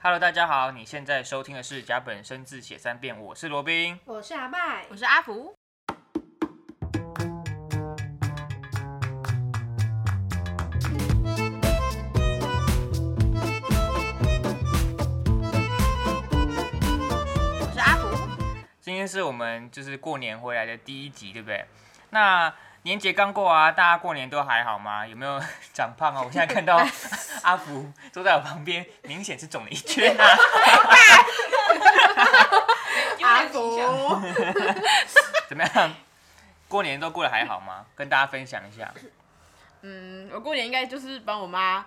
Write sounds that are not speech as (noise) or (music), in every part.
Hello，大家好，你现在收听的是甲本生字写三遍，我是罗宾。我是阿拜我，是阿福。我是阿福，今天是我们就是过年回来的第一集，对不对？那年节刚过啊，大家过年都还好吗？有没 (laughs) 有长胖啊？我现在 (laughs) 看到阿福坐在我旁边，明显是肿了一圈 (laughs) 啊。阿福，怎么样？过年都过得还好吗？跟大家分享一下。嗯，我过年应该就是帮我妈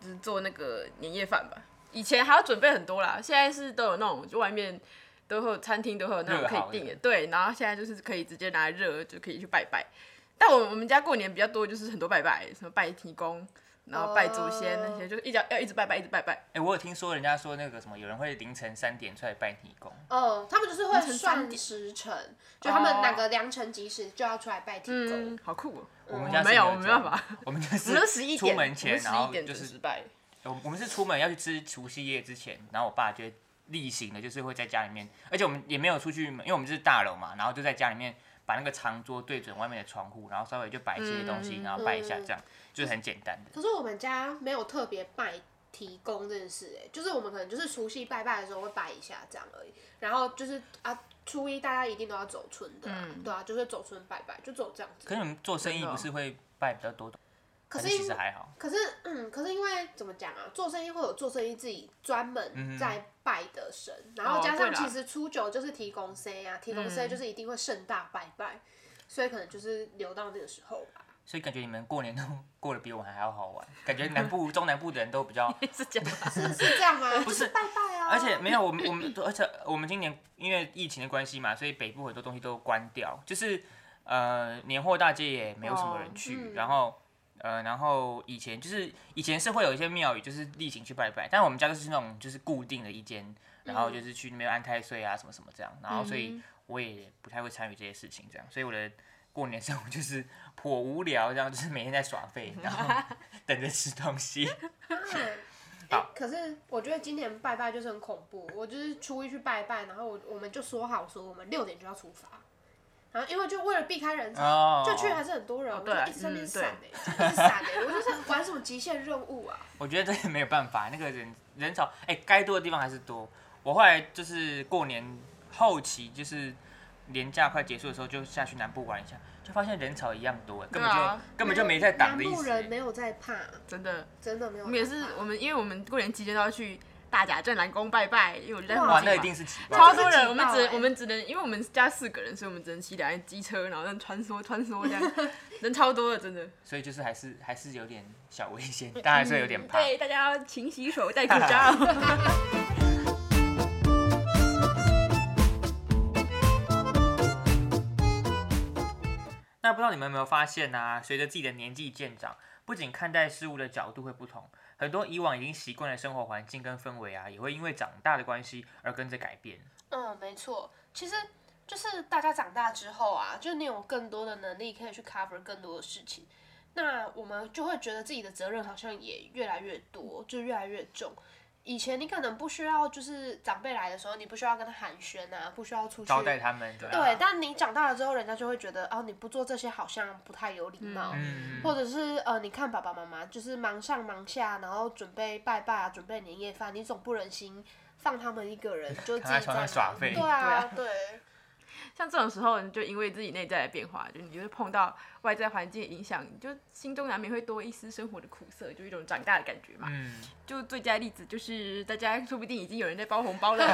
就是做那个年夜饭吧。以前还要准备很多啦，现在是都有那种就外面都会有餐厅都会有那种热可以好的订的，对，然后现在就是可以直接拿来热就可以去拜拜。但我我们家过年比较多就是很多拜拜，什么拜提公，然后拜祖先那些，就一直要要一直拜拜一直拜拜。哎、我有听说人家说那个什么，有人会凌晨三点出来拜地公。 (laughs) 哦，他们就是凌会晨三算点时辰，就他们哦哪个良辰吉时就要出来拜地公。嗯，好酷哦、我们家是没有这我样没办法，我们就是我们都十一点，出门前，十然一后点就准是时拜。我我们是出门要去吃除夕夜之前，然后我爸就会例行的，就是会在家里面，而且我们也没有出去，因为我们是大楼嘛，然后就在家里面把那个长桌对准外面的窗户，然后稍微就摆一些东西，嗯然后拜一下，这样、就是很简单的。可是我们家没有特别拜提公这件事、哎，就是我们可能就是除夕拜拜的时候会拜一下这样而已。然后就是啊，初一大家一定都要走村的、啊，对啊，就是走村拜拜，就走这样子。可是你们做生意真的哦不是会拜比较多的，可还是是其因实还好。可是，嗯，可是因为怎么讲啊，做生意会有做生意自己专嗯门哼在拜的神，然后哦加上对啦其实初九就是提供 C 啊，提供 C 就是一定会盛大拜拜，所以可能就是留到那个时候吧。所以感觉你们过年都 (laughs) 过得比我们还要好玩，感觉南部、中南部的人都比较 (laughs) 是这样吧，是是这样吗？不就是是拜拜啊，而且没有，我们我们而且我们今年因为疫情的关系嘛，所以北部很多东西都关掉，就是呃年货大街也没有什么人去，哦嗯然后呃然后以前就是以前是会有一些庙宇就是例行去拜拜，但我们家就是那种就是固定的一间，然后嗯就是去那边安太岁啊什么什么这样，然后所以我也不太会参与这些事情这样，所以我的。过年生活就是颇无聊，这样就是每天在耍废，然后嗯等着吃东 (laughs) 西。哎可是我觉得今年拜拜就是很恐怖，我就是初一去拜拜，然后我我们就说好说我们六点就要出发，然后因为就为了避开人潮，哦就去还是很多人，我就对啊一直在那边嗯闪哎、就一直闪哎、我就是玩什么极限任务啊。我觉得这也没有办法，那个人人潮，哎、该多的地方还是多。我后来就是过年后期，就是年假快结束的时候，就下去南部玩一下，就发现人潮一样多，欸根本就、对啊根本就没在挡的意南部思。人没有在怕，真的。真的没有在怕。我们也是，我们因为我们过年期间都要去大甲镇澜宫拜拜，因为我就在附欸近哇嘛，那一定是挤爆超哇这个多挤人，我们只爆欸我们只能，因为我们家四个人，所以我们只能骑两辆机车，然后这样穿梭穿梭这 (laughs) 样，人超多的，真的。所以就是还是还是有点小危险，大家还是会有点怕。嗯对，大家要勤洗手，戴口罩。那不知道你们有没有发现啊？随着自己的年纪渐长，不仅看待事物的角度会不同，很多以往已经习惯的生活环境跟氛围啊，也会因为长大的关系而跟着改变。嗯，没错，其实就是大家长大之后啊，就你有更多的能力可以去 cover 更多的事情，那我们就会觉得自己的责任好像也越来越多，就越来越重。以前你可能不需要，就是长辈来的时候，你不需要跟他寒暄啊，不需要出去招待他们，对吧、对，但你长大了之后，人家就会觉得哦，你不做这些好像不太有礼貌，嗯或者是呃，你看爸爸妈妈就是忙上忙下，然后准备拜拜啊，准备年夜饭，你总不忍心放他们一个人就自 (laughs) 己躺在在床上耍废对啊， (laughs) 对， (laughs) 像这种时候，你就因为自己内在的变化，就你就会碰到外在环境的影响，你就心中难免会多一丝生活的苦涩，就一种长大的感觉嘛。嗯。就最佳例子就是大家说不定已经有人在包红包 (laughs) 了，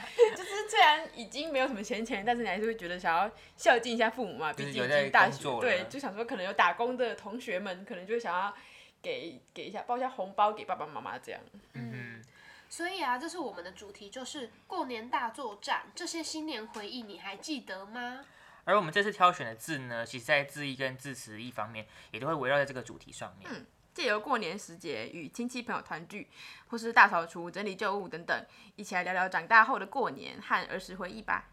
(laughs) 就是虽然已经没有什么闲钱，但是你还是会觉得想要孝敬一下父母嘛，就是毕竟有已在经大工学作，了对，就想说可能有打工的同学们，可能就想要给给一下包一下红包给爸爸妈妈这样。嗯，所以啊，这是我们的主题，就是过年大作战，这些新年回忆你还记得吗？而我们这次挑选的字呢，其实在字义跟字词义方面，也都会围绕在这个主题上嗯面。借由过年时节与亲戚朋友团聚，或是大扫除、整理旧物等等，一起来聊聊长大后的过年和儿时回忆吧。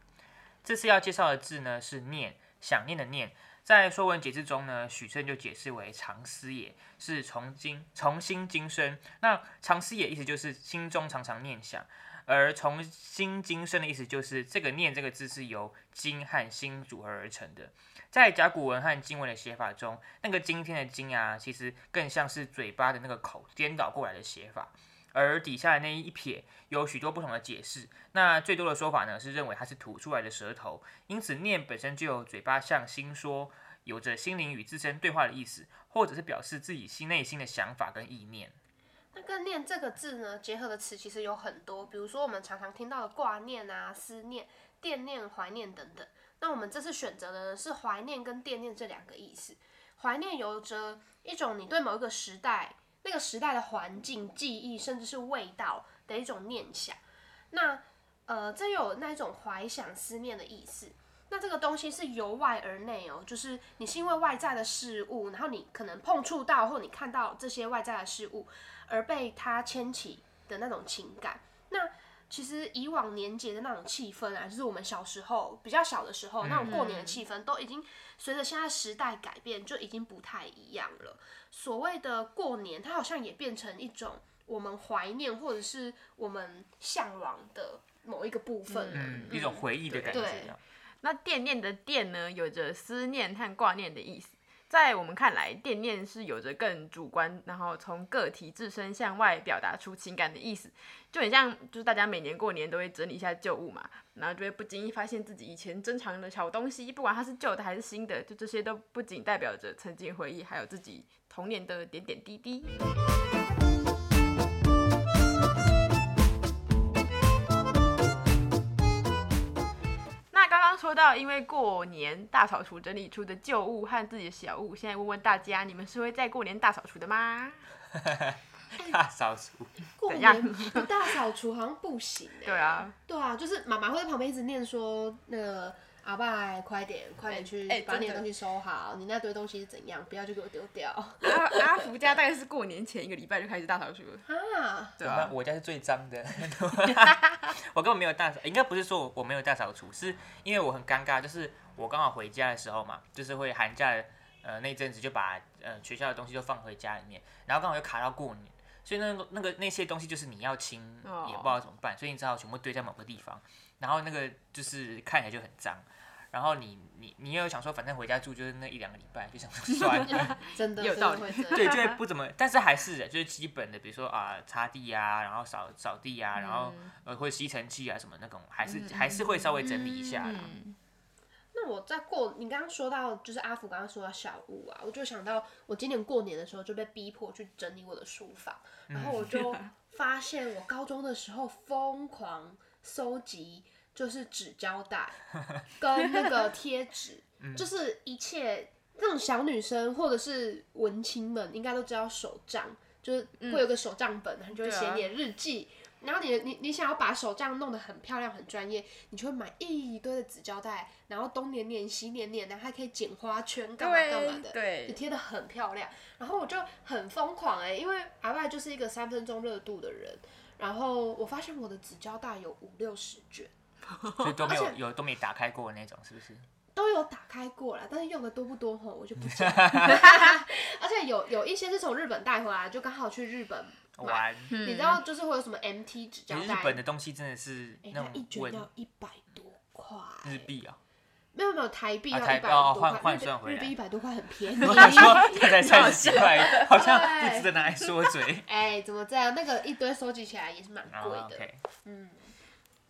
这次要介绍的字呢是“念”，想念的“念”。在《说文解字》中呢，许慎就解释为常思也，是从今从心今生。那常思也意思就是心中常常念想，而从心今生的意思就是这个念这个字是由今和心组合而成的。在甲骨文和金文的写法中，那个今天的今啊，其实更像是嘴巴的那个口颠倒过来的写法。而底下的那一撇有许多不同的解释，那最多的说法呢是认为它是吐出来的舌头，因此念本身就有嘴巴向心说，有着心灵与自身对话的意思，或者是表示自己心内心的想法跟意念。那跟念这个字呢，结合的词其实有很多，比如说我们常常听到的挂念啊、思念、惦念、怀念等等。那我们这次选择的呢是怀念跟惦念这两个意思。怀念有着一种你对某一个时代、那个时代的环境、记忆，甚至是味道的一种念想。那呃，这有那一种怀想、思念的意思。那这个东西是由外而内哦，就是你是因为外在的事物，然后你可能碰触到或你看到这些外在的事物，而被它牵起的那种情感。那其实以往年节的那种气氛啊，就是我们小时候比较小的时候那种过年的气氛，都已经随着现在时代改变，就已经不太一样了。所谓的过年，它好像也变成一种我们怀念或者是我们向往的某一个部分了。嗯，一种回忆的感觉。对那惦念的惦呢，有着思念和挂念的意思。在我们看来，惦念是有着更主观，然后从个体自身向外表达出情感的意思，就很像就是大家每年过年都会整理一下旧物嘛，然后就会不经意发现自己以前珍藏的小东西，不管它是旧的还是新的，就这些都不仅代表着曾经回忆，还有自己童年的点点滴滴。那刚刚说到，因为过年大扫除整理出的旧物和自己的小物，现在问问大家，你们是会在过年大扫除的吗？ (laughs) 大扫除，过怎样年不大扫除好像不行、欸。对啊，对啊，就是妈妈会在旁边一直念说，那个阿爸快点，快点去哎把你的真的东西收好，你那堆东西是怎样，不要就给我丢掉阿阿福家大概是过年前一个礼拜就开始大扫除了，啊！对那啊，我家是最脏的， (laughs) 我根本没有大扫，应该不是说我我没有大扫除，是因为我很尴尬，就是我刚好回家的时候嘛，就是会寒假的呃那阵子就把呃学校的东西都放回家里面，然后刚好又卡到过年，所以那个那个那些东西就是你要清，哦也不知道怎么办，所以你只好全部堆在某个地方，然后那个就是看起来就很脏。然后你你你又想说，反正回家住就是那一两个礼拜，就想说 (laughs) 算了，真的有真的道理会 (laughs) 这样对，就会不怎么，但是还是就是基本的，比如说啊、擦地啊，然后扫扫地啊，然后、嗯呃或者吸尘器啊什么那种，还是、还是会稍微整理一下啦。嗯，那我在过，你刚刚说到就是阿福刚刚说到小屋啊，我就想到我今年过年的时候就被逼迫去整理我的书房，嗯然后我 (laughs) 就发现我高中的时候疯狂收集就是纸胶 (laughs) 带跟那个贴纸，嗯就是一切那种小女生或者是文青们应该都知道手账，就是会有个手账本，然后就会写嗯对啊你的日记。然后你的你你想要把手账弄得很漂亮、很专业，你就会买一堆的纸胶带，然后东粘粘、西粘粘，然后还可以剪花圈，干嘛干嘛的，对也贴得很漂亮。然后我就很疯狂哎、因为阿外就是一个三分钟热度的人。然后我发现我的纸胶带有五六十卷，所以都没有而且有都没打开过那种，是不是？都有打开过啦，但是用的多不多吼，我就不讲。 (laughs) 而且有有一些是从日本带回来，就刚好去日本买。玩，你知道就是会有什么 MT 其纸胶实带，日本的东西真的是哎那它一种卷文要一百多块，哎日币啊，没有没有台币要啊一台百币哦多块，换换日币算回日来币一百多块很 (laughs) 便宜。他 (laughs) 说他才三十块，好像对不值得拿来说 (laughs) 嘴。哎，怎么这样？那个一堆收集起来也是蛮啊贵的。 OK， (laughs) 嗯，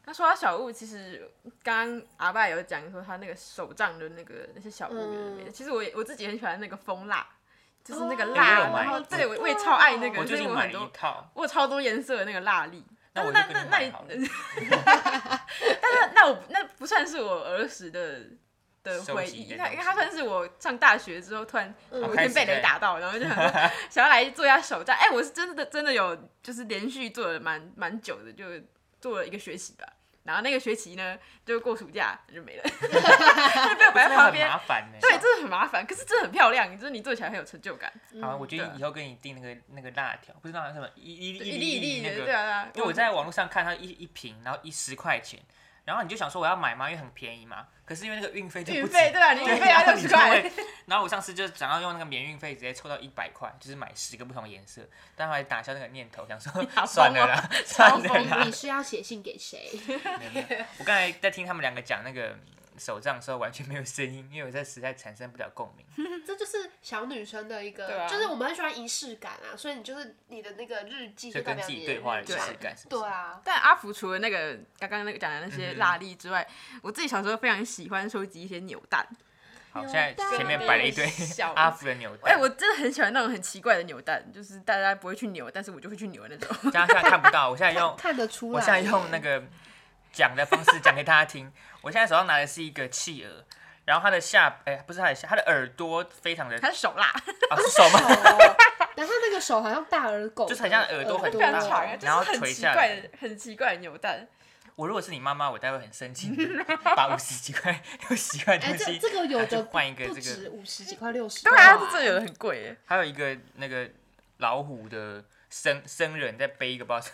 那说到小物，其实刚刚阿爸有讲说他那个手杖的那个那些小物有的没的，嗯其实我也我自己很喜欢那个蜂蜡，就是那个哎哦我蜡，有买然后对我我也哦超爱那个，我所最以近我买很了一多套，我有超多颜色的那个蜡粒。那我就那跟那你那买你好 (laughs) 了。但是那我那不算是我儿时的的收回集忆，的因为东因为它西算是我上大学之后突然有一开天始被在雷打到，然后就 (laughs) 想说想要来做一下手账。哎、我是真的真的有就是连续做了蛮蛮久的，就做了一个学期吧。然后那个学期呢，就过暑假就没了，(laughs) (laughs) 就被我摆真 (laughs) 的在旁很边麻。烦啊呢。对，真的很麻烦，可是真的很漂亮，就是你做起来很有成就感。好，我决对啊定以后跟你订那个那个辣条，不是辣条什么一一一粒粒一粒那的，个对啊，对啊因为我在网络上看它一一瓶，然后一十块钱，然后你就想说我要买嘛，因为很便宜嘛。可是因为那个运费就运不止费对啊，你对运费然要后六你十就块，会然后我上次就想要用那个免运费直接凑到一百块，就是买十个不同颜色，但后来打消那个念头，想 (laughs) 说 (laughs) 好算疯了哦啦，超 (laughs) 算了疯！啦你。是要写信给谁？ (laughs) 没有没有我刚才在听他们两个讲那个手账的时候，完全没有声音，因为我在实在产生不了共鸣。这就是小女生的一对个，啊就是我们很喜欢仪式感啊，所以你就是你的那个日记就就代跟表自己你的对话的日仪对式常。感是不对是？啊，但阿福除了那个刚刚那个讲的那些嗯辣力之外，我自己小时候非常喜欢收集一些 (laughs) 扭蛋。好，扭现在蛋前面摆了一堆小阿福的扭哎、蛋， (laughs) 我真的很喜欢那种很奇怪的扭蛋，就是大家不会去扭，但是我就会去扭的那种。 (laughs) 大家现在看不到，我现在用看得出来。我现在用那个讲的方式讲给大家听。我现在手上拿的是一个企鹅，然后它的下，哎、不是它的下，它的耳朵非 (laughs) 常的，它是手辣，啊是手吗？ (laughs) 哦，但他那个手好像大耳狗的，就是很像耳朵很非对常大长啊，就然后是很垂奇下怪来的、很奇怪的扭蛋。我如果是你妈妈，我待会很生气， (laughs) 把五十几块、六十几块哎，东这西，这个有拿去的啊换一个不这个，止五十几块，六十。对啊，这真的有的很贵耶。还有一个那个老虎的僧僧人在背一个包，背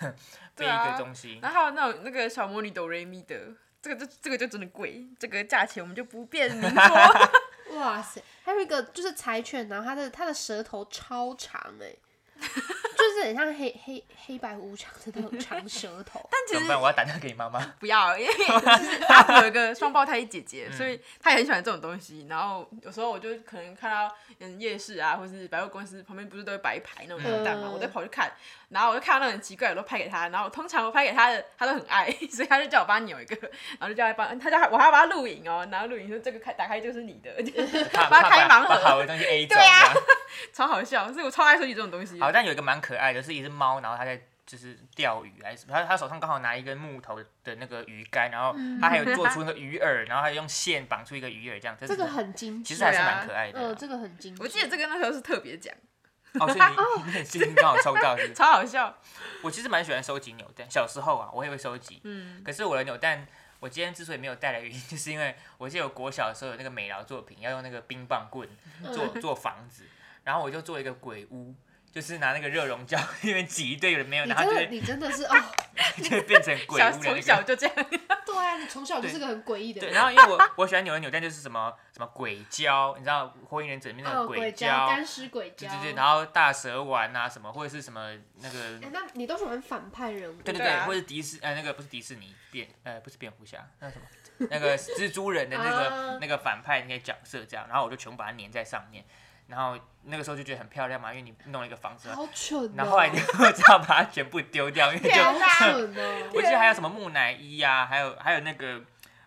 对一啊个东西，然后还有那种那个小魔女哆瑞咪的，这个就这个就真的贵，这个价钱我们就不便明 (laughs) 说。哇塞，还有一个就是柴犬，然后它的它的舌头超长哎、就是很像黑黑黑白无常的那种长舌头。但其怎么实办？我要打电话给你妈妈。不要，因为 (laughs) (laughs) 就是阿福有一个双胞胎姐姐，嗯所以她也很喜欢这种东西。然后有时候我就可能看到嗯夜市啊，或是百货公司旁边不是都会摆一排那种扭蛋嘛，嗯我就跑去看，然后我就看到那种很奇怪，我都拍给她。然后通常我拍给她的，她都很爱， (laughs) 所以她就叫我帮她扭一个，然后就叫她帮，她叫我还要把她录影哦，然后录影说这个开打开就是你的， (laughs) 就是怕把怕它开盲把盒好的东西 A 走。对啊这样超好笑，所以我超爱收集这种东西。好，但有一个蛮可爱的，是一只猫，然后它在就是钓鱼还是什么，它它手上刚好拿一根木头的那个鱼竿，然后嗯它还有做出那个鱼饵，然后还用线绑住一个鱼饵，这样，这这是个很精其致实，还是对啊蛮可爱的啊。呃，这个很精致。我记得这个那时候是特别奖，哦，所以 (laughs) 你你很幸运刚好抽到是不是超好笑。我其实蛮喜欢收集扭蛋，小时候啊，我也会收集，嗯，可是我的扭蛋。我今天之所以没有带来，原因就是因为我记得我国小的时候有那个美劳作品，要用那个冰棒棍做嗯做房子，然后我就做一个鬼屋，就是拿那个热熔胶 (laughs) 里面挤一堆有的没有，你然后真就的会你真的是哦，就会 (laughs) 变成鬼小屋的那从个。小就 (laughs) 这样，对啊，你从小就是个很诡异的对，人。然后因为我 (laughs) 我喜欢扭的扭蛋就是什么什么鬼胶，你知道《火影忍者》里面那哦，种鬼胶，干尸鬼嗯对胶。对对，然后大蛇丸啊什么，或者是什么那个，哎那你都喜欢反派人物？对对对啊或者迪士呃那个不是迪士尼变呃不是蝙蝠侠，那什么那个蜘蛛人的那啊个那个反派那些角色这样，然后我就全部把它粘在上面，然后那个时候就觉得很漂亮嘛，因为你弄了一个房子嘛，好蠢哦！然后后来 (laughs) 就只好把它全部丢掉，因为就好蠢哦！ (laughs) 我记啊得还有什么木乃伊啊，还有还有那个《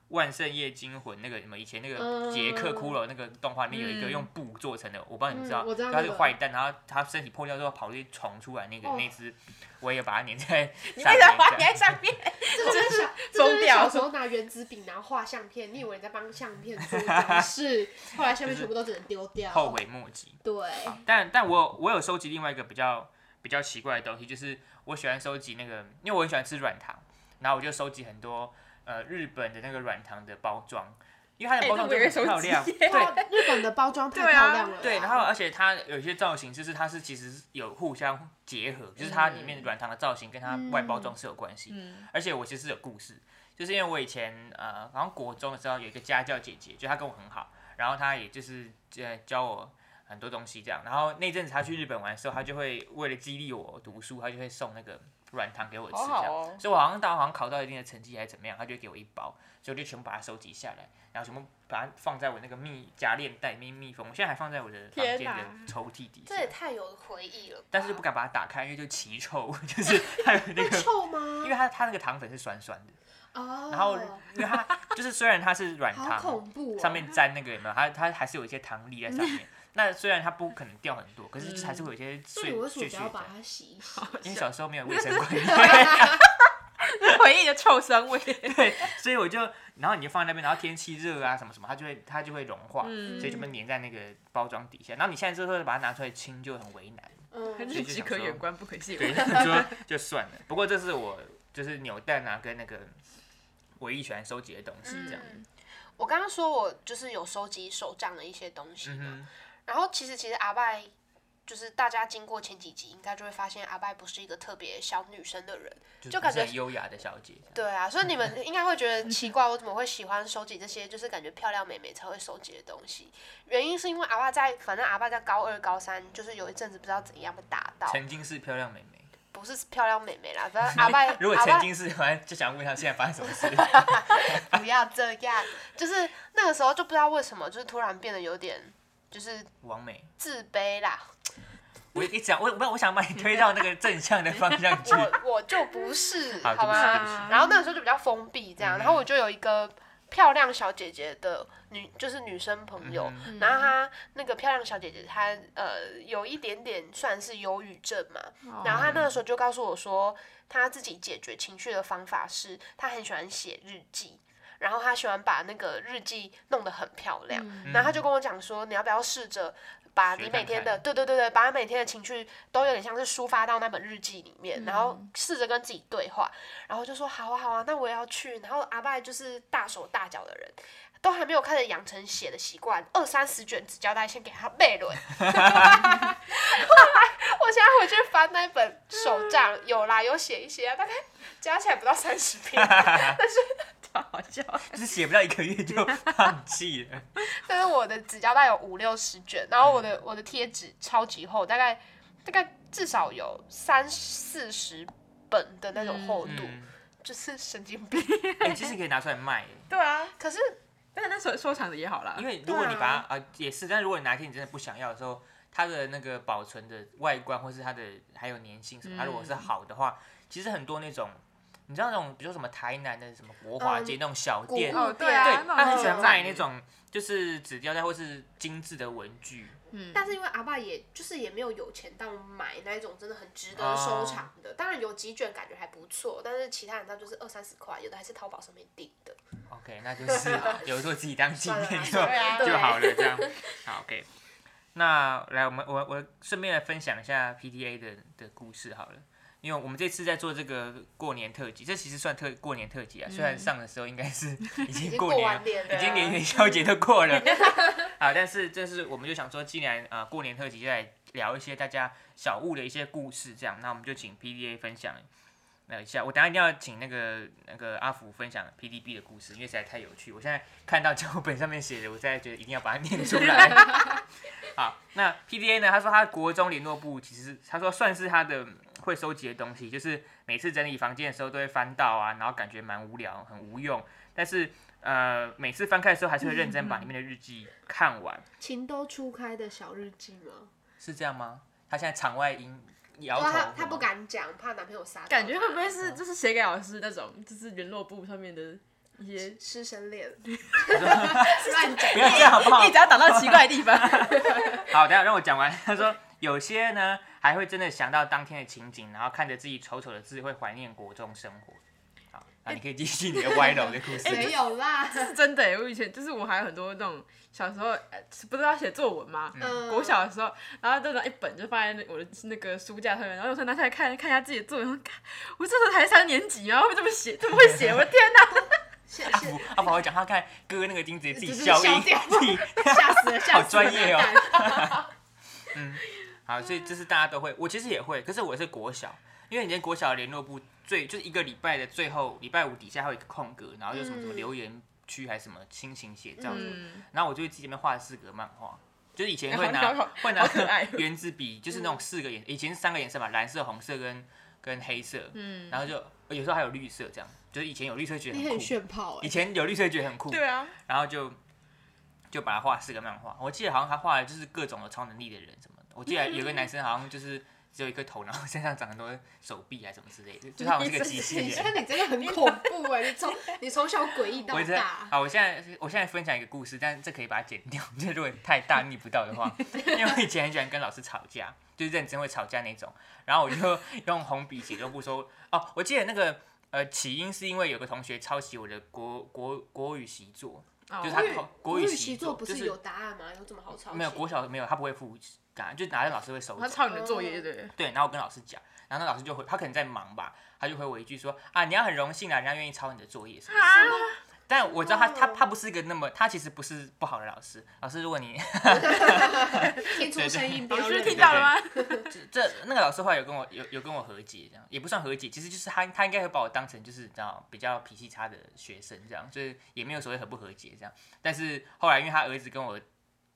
万圣夜惊魂》那个什么以前那个嗯杰克骷髅那个动画里面有一个嗯用布做成的，我不知道你知道，嗯我知道它是那个个坏蛋，然后他身体破掉之后跑出去闯出来那个哦那只，我也把它粘在你上为面什么把它这粘样。在上面？这就真是是小，这就疯是掉小时候拿原子笔，然后画相片，你以为你在帮相片做装饰，后来相片全部都只能丢掉。后。悔莫及。对，好但但我有我有收集另外一个比较比较奇怪的东西，就是我喜欢收集那个，因为我很喜欢吃软糖，然后我就收集很多呃日本的那个软糖的包装，因为它的哎包那装我就也会很收漂集亮，耶对，日本的包装太对啊漂亮了啦。对，然后而且它有一些造型，就是它是其实是有互相结合，就是它里面软糖的造型跟它外包装是有关系。嗯而且我其实有故事，就是因为我以前呃，好像国中的时候有一个家教姐姐，就她跟我很好，然后她也就是呃教我很多东西这样。然后那阵子她去日本玩的时候，她就会为了激励我读书，她就会送那个软糖给我吃这好样。好哦所以我好像到好像考到一定的成绩还是怎么样，她就会给我一包，所以我就全部把它收集下来，然后全部把它放在我那个密夹链袋里面密封，我现在还放在我的房间天哪的抽屉底下这。也太有回忆了吧。但是不敢把它打开，因为就奇臭，就是还有那会个，臭因吗？为它它那个糖粉是酸酸的，哦，然后因为它就是虽然它是软好糖，恐怖哦。上面沾那个有没有？它它还是有一些糖粒在上面。那虽然它不可能掉很多，可是就是还是会有一些那你碎为什屑么不屑要的把。它洗一洗？因为小时候没有卫生观回忆的臭酸味。 (laughs) 对，所以我就，然后你就放在那边，然后天气热啊什么什么，它就会它就会融化，嗯所以就会粘在那个包装底下。然后你现在之后把它拿出来清就很为 (laughs) 难，(laughs) 可嗯，是只可远观不可亵对，玩。就说就算了。不过这是我就是扭蛋啊跟那个唯一喜欢收集的东西这样。嗯我刚刚说我就是有收集手账的一些东西嘛，嗯哼，然后其实其实阿拜就是大家经过前几集，应该就会发现阿拜不是一个特别小女生的人，就感不是觉很优雅的小姐这样。对啊，所以你们 (laughs) 应该会觉得奇怪，我怎么会喜欢收集这些就是感觉漂亮美眉才会收集的东西？原因是因为阿爸在，反正阿爸在高二、高三，就是有一阵子不知道怎样被打到，曾经是漂亮妹妹，不是漂亮美眉啦， (laughs) 反正阿爸如果阿曾爸经是，反正就想问她现在发生什么事。不要这样，就是那个时候就不知道为什么，就是突然变得有点就是王美，自卑啦。我一讲，我我我想把你推到那个正向的方向去。哦 (laughs) 我我就不是，好，对不起，吗对？不起。嗯然后那个时候就比较封闭这样，然后我就有一个漂亮小姐姐的女，就是女生朋友，嗯然后她那个漂亮小姐姐她呃有一点点算是忧郁症嘛，然后她那个时候就告诉我说，她自己解决情绪的方法是她很喜欢写日记。然后她喜欢把那个日记弄得很漂亮，然后她就跟我讲说，你要不要试着把学你看每看天的，对对对对，把你每天的情绪都有点像是抒发到那本日记里面，然后试着跟自己对话，然后就说好啊好啊，那我也要去。然后阿拜就是大手大脚的人，都还没有开始养成写的习惯，二三十卷纸胶带先给他背了欸。我现在回去翻那本手账，有啦，有写一些啊，大概 (laughs) 加起来不到三十 (laughs) 篇，好笑。就是写不到一个月就 (laughs) 放弃了。但是我的纸胶带有五六十卷，然后我嗯的我的贴纸超级厚，大概大概至少有三四十本的那种厚度，嗯，就是神经 (laughs) 病。哎，其实可以拿出来卖耶，对啊，可是但是那时候收藏的也好啦，因为为如果你把它啊也是，但如果你哪一天你真的不想要的时候，它的那个保存的外观或是它的还有粘性什么，它如果是好的话，其实很多那种。你知道那种，比如说什么台南的什么国华街、那种小古店，物哦对对啊，，那他很喜欢种卖那种就是纸雕带或是精致的文具，但是因为阿爸也就是也没有有钱到买那一种真的很值得收藏啊的，当然有几卷感觉还不错，但是其他人那就是二三十块，有的还是淘宝上面订的。 OK，那就是留作自己当纪念就算了啦对啊就好了，这样。好，OK。那来，我们我我顺便来分享一下 PTA 的的故事好了，因为我们这次在做这个过年特辑，这其实算特过年特辑啊，虽然上的时候应该是已经嗯经过过年完了，年了已经连元宵节都过 (laughs) 了啊，但是这是我们就想说，既然呃过年特辑就来聊一些大家小物的一些故事，这样，那我们就请 PTA 分享那一下，我等下一定要请那个那个阿福分享 PDB 的故事，因为实在太有趣。我现在看到脚本上面写的，我现在觉得一定要把它念出来。 (laughs) 好，那 PDA 呢？他说他国中联络部其实他说算是他的嗯会收集的东西，就是每次整理房间的时候都会翻到啊，然后感觉蛮无聊，很无用，但是呃每次翻开的时候还是会认真把里面的日记看完，情窦初开的小日记吗？是这样吗？他现在场外音摇哇，头，他他不。敢 (laughs) 讲，怕男朋友杀掉他。感觉会不会是就是写给老师那种，就是联络簿上面的一些，师生 (laughs) 恋？乱讲不要这样好不好？一直要挡到奇怪的地方。好，等一下让我讲完。他说有些呢还会真的想到当天的情景，然后看着自己丑丑的字，会怀念国中生活。好，那你可以继续你的歪楼的故事。哎没有啦。是真的耶，我以前就是我还有很多那种小时候呃不是要写作文吗？嗯我小的时候，然后就拿一本就放在那我的那个书架上面，然后我才拿下来看看一下自己的作文，然后看我这时候才三年级，然后会这么写，这么会写，我的天哪！现阿现 (laughs) 福，阿福会讲，他看哥那个钉子自己自己消消音，掉自己吓死了，吓死了！好专业哦干 (laughs) 好，所以这是大家都会，我其实也会，可是我是国小，因为你在国小的联络部最就是一个礼拜的最后礼拜五底下会有一个空格，然后有什么什么嗯留言区还是什么心情写照什么的，嗯，然后我就会自己在那边画四格漫画。就是以前会哎好拿好好会拿好可 (laughs) 爱嗯圆珠笔，就是那种四个颜，以前是三个颜色嘛，蓝色、红色跟跟黑色，嗯，然后就有时候还有绿色这样，就是以前有绿色觉得你很很酷，炫炮以哎，前有绿色觉得很酷，对啊，然后就就把它画四个漫画。我记得好像还画了就是各种有超能力的人什么的。我记得嗯有个男生好像就是只有一个头，然后身上长很多手臂啊什么之类 (laughs) 的，就他好像是个机器你人。你真的很恐怖哎，你从你从小诡异到我在大。好，我现在我现在分享一个故事，但这可以把它剪掉， (laughs) 就如果太大逆不道的 (laughs) 话，因为我以前很喜欢跟老师吵架，就是认真会吵架那种。然后我就 (laughs) 用红笔写，就不说哦，我记得那个呃起因是因为有个同学抄袭我的国国国语习作，哦就是他国语考国语习习作不就是有答案吗？有这么好抄袭？没有 (laughs) 国小没有，他不会复答，就拿着老师会收他走。抄你的作业对不对？对，然后我跟老师讲，然后那老师就回，他可能在忙吧，他就回我一句说啊，你要很荣幸啊，人家愿意抄你的作业什么什么。但我知道他哦他他不是一个那么，他其实不是不好的老师。老师，如果你听出声音，老不要师认听真到了吗？这那个老师后来有跟我有有跟我和解，这样也不算和解，其实就是他他应该会把我当成就是你知道比较脾气差的学生这样，就是也没有所谓和不和解这样。但是后来因为他儿子跟我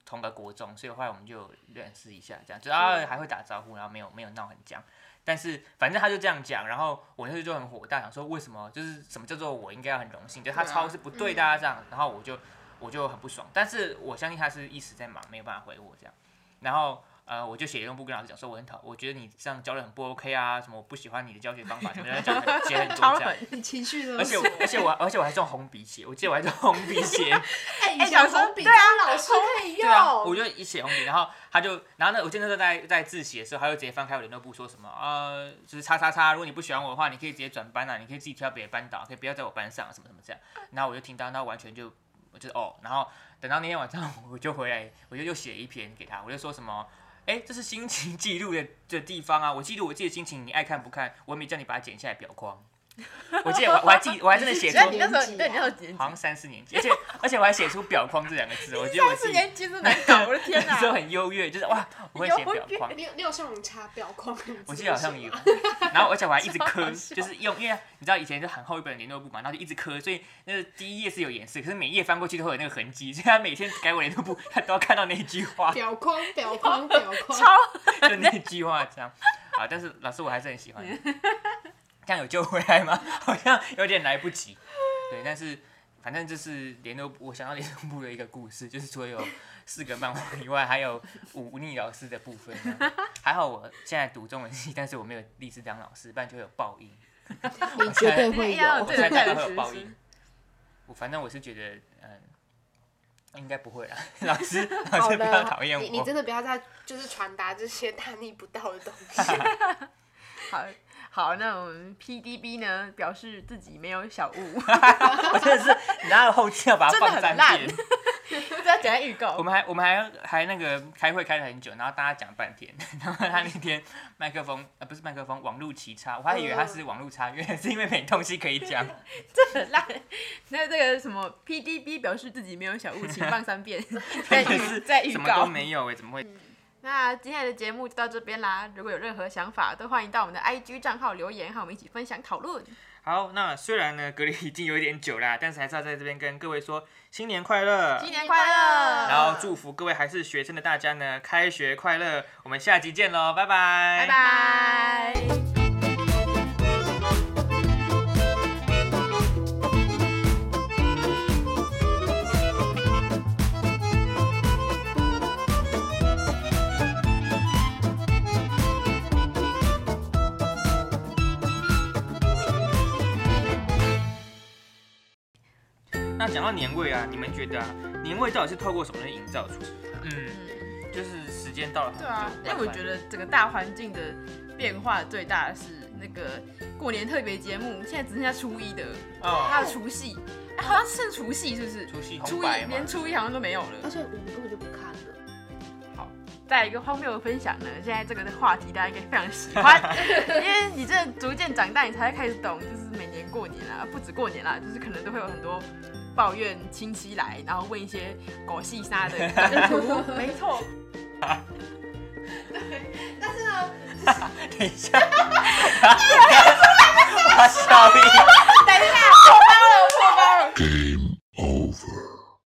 同个国中，所以后来我们就有认识一下这样，就啊还会打招呼，然后没有没有闹很僵。但是反正他就这样讲，然后我那时候就很火大，想说为什么就是什么叫做我应该要很荣幸，就是他对啊抄是不对的、啊、这样，然后我就我就很不爽，但是我相信他是一时在忙，没有办法回我这样。然后呃，我就写用部跟老师讲说，我很讨，我觉得你这样教的很不 OK 啊，什么我不喜欢你的教学方法，什么的讲很写很多 (laughs) 超这样狠。！你情绪的，而且我而且我而且我还用红笔写，我记得我还用红笔写，哎，哎以前老师红笔对啊当老师可以对啊，用，我就一写红笔，然后他就，然后呢，我记得那时候在在自习的时候，他就直接翻开我联络簿说什么，呃，就是叉叉叉，如果你不喜欢我的话，你可以直接转班啊，你可以自己挑别的班导，可以不要在我班上，什么什么这样。然后我就听到，那完全就，我就哦，然后等到那天晚上 (laughs) 我就回来，我就又写一篇给他，我就说什么。哎，这是心情记录的的地方啊！我记录我自己的心情，你爱看不看？我也没叫你把它剪下来裱框。我记得我我还记，我还真的写出所以你 (laughs) 那时候，年级啊对，你那时候几年级好？像三四年级，而且而且我还写出裱框这两个字，我觉得我三自四己年级真难搞，我的啊天 (laughs) 那时候哪！很优越，就是哇，我会写表框哎，你有你有上网查表框？我我记得好像有，然后而且我还一直 (laughs) 超好磕，笑就是用，因为你知道以前就很厚一本联络簿嘛，然后就一直磕，所以那个第一页是有颜色，可是每一页翻过去都会有那个痕迹，所以他每天改我联络簿，他都要看到那一句话，表框表框表框，超 (laughs) 就那一句话这样。啊，但是老师我还是很喜欢你，这样有救回来吗？ (laughs) 好像有点来不及。对，但是反正这是联络部，我想到联络部的一个故事，就是除了有四个漫画以外，还有忤逆老师的部分这样。还好我现在读中文系，但是我没有立志当老师，不然就会有报应。你绝对会 (laughs) 哎呀有我对猜大概会有是报是应。我反正我是觉得，嗯，应该不会啦。老师，老师不要讨厌你你我。真的不要再就是传达这些大逆不道的东 (laughs) 西。好好，那我们 PDB 呢表示自己没有小 (laughs) 误， (laughs) 我真的是，哪有后期要把它真的放很三烂遍？不知道怎样预我告。们还我们还还那个开会开了很久，然后大家讲半天， (laughs) 然后他那天麦克风呃不是麦克风，网路奇差，我还以为他是网路差，原来是因为没东西可以讲。很烂。那这个什么 PDB 表示自己没有小误， (laughs) 请放三遍， (laughs) 在就预是在预什么都告。嗯没有哎、怎么会？那今天的节目就到这边啦，如果有任何想法，都欢迎到我们的 IG 账号留言，和我们一起分享讨论。好，那虽然呢隔离已经有一点久啦，但是还是要在这边跟各位说新年快乐新，年快乐！然后祝福各位还是学生的大家呢开学快乐，我们下集见喽，拜拜，拜拜。那讲到年味啊，你们觉得、啊、年味到底是透过什么东西营造出？嗯，就是时间到了很久，对啊，因为我觉得整个大环境的变化最大的是那个过年特别节目，现在只剩下初一的，哦还有除夕，哎好像剩除夕是不是？除夕红初一白嘛连，初一好像都没有了而。且我们根本就不看了，再一个荒谬的分享呢，现在这个话题大家应该非常喜欢，因为你这逐渐长大，你才会开始懂，就是每年过年啊，不止过年啦，就是可能都会有很多抱怨亲戚来，然后问一些狗戏杀的梗图，没错，但是呢。 (laughs) 等一下，我要笑晕。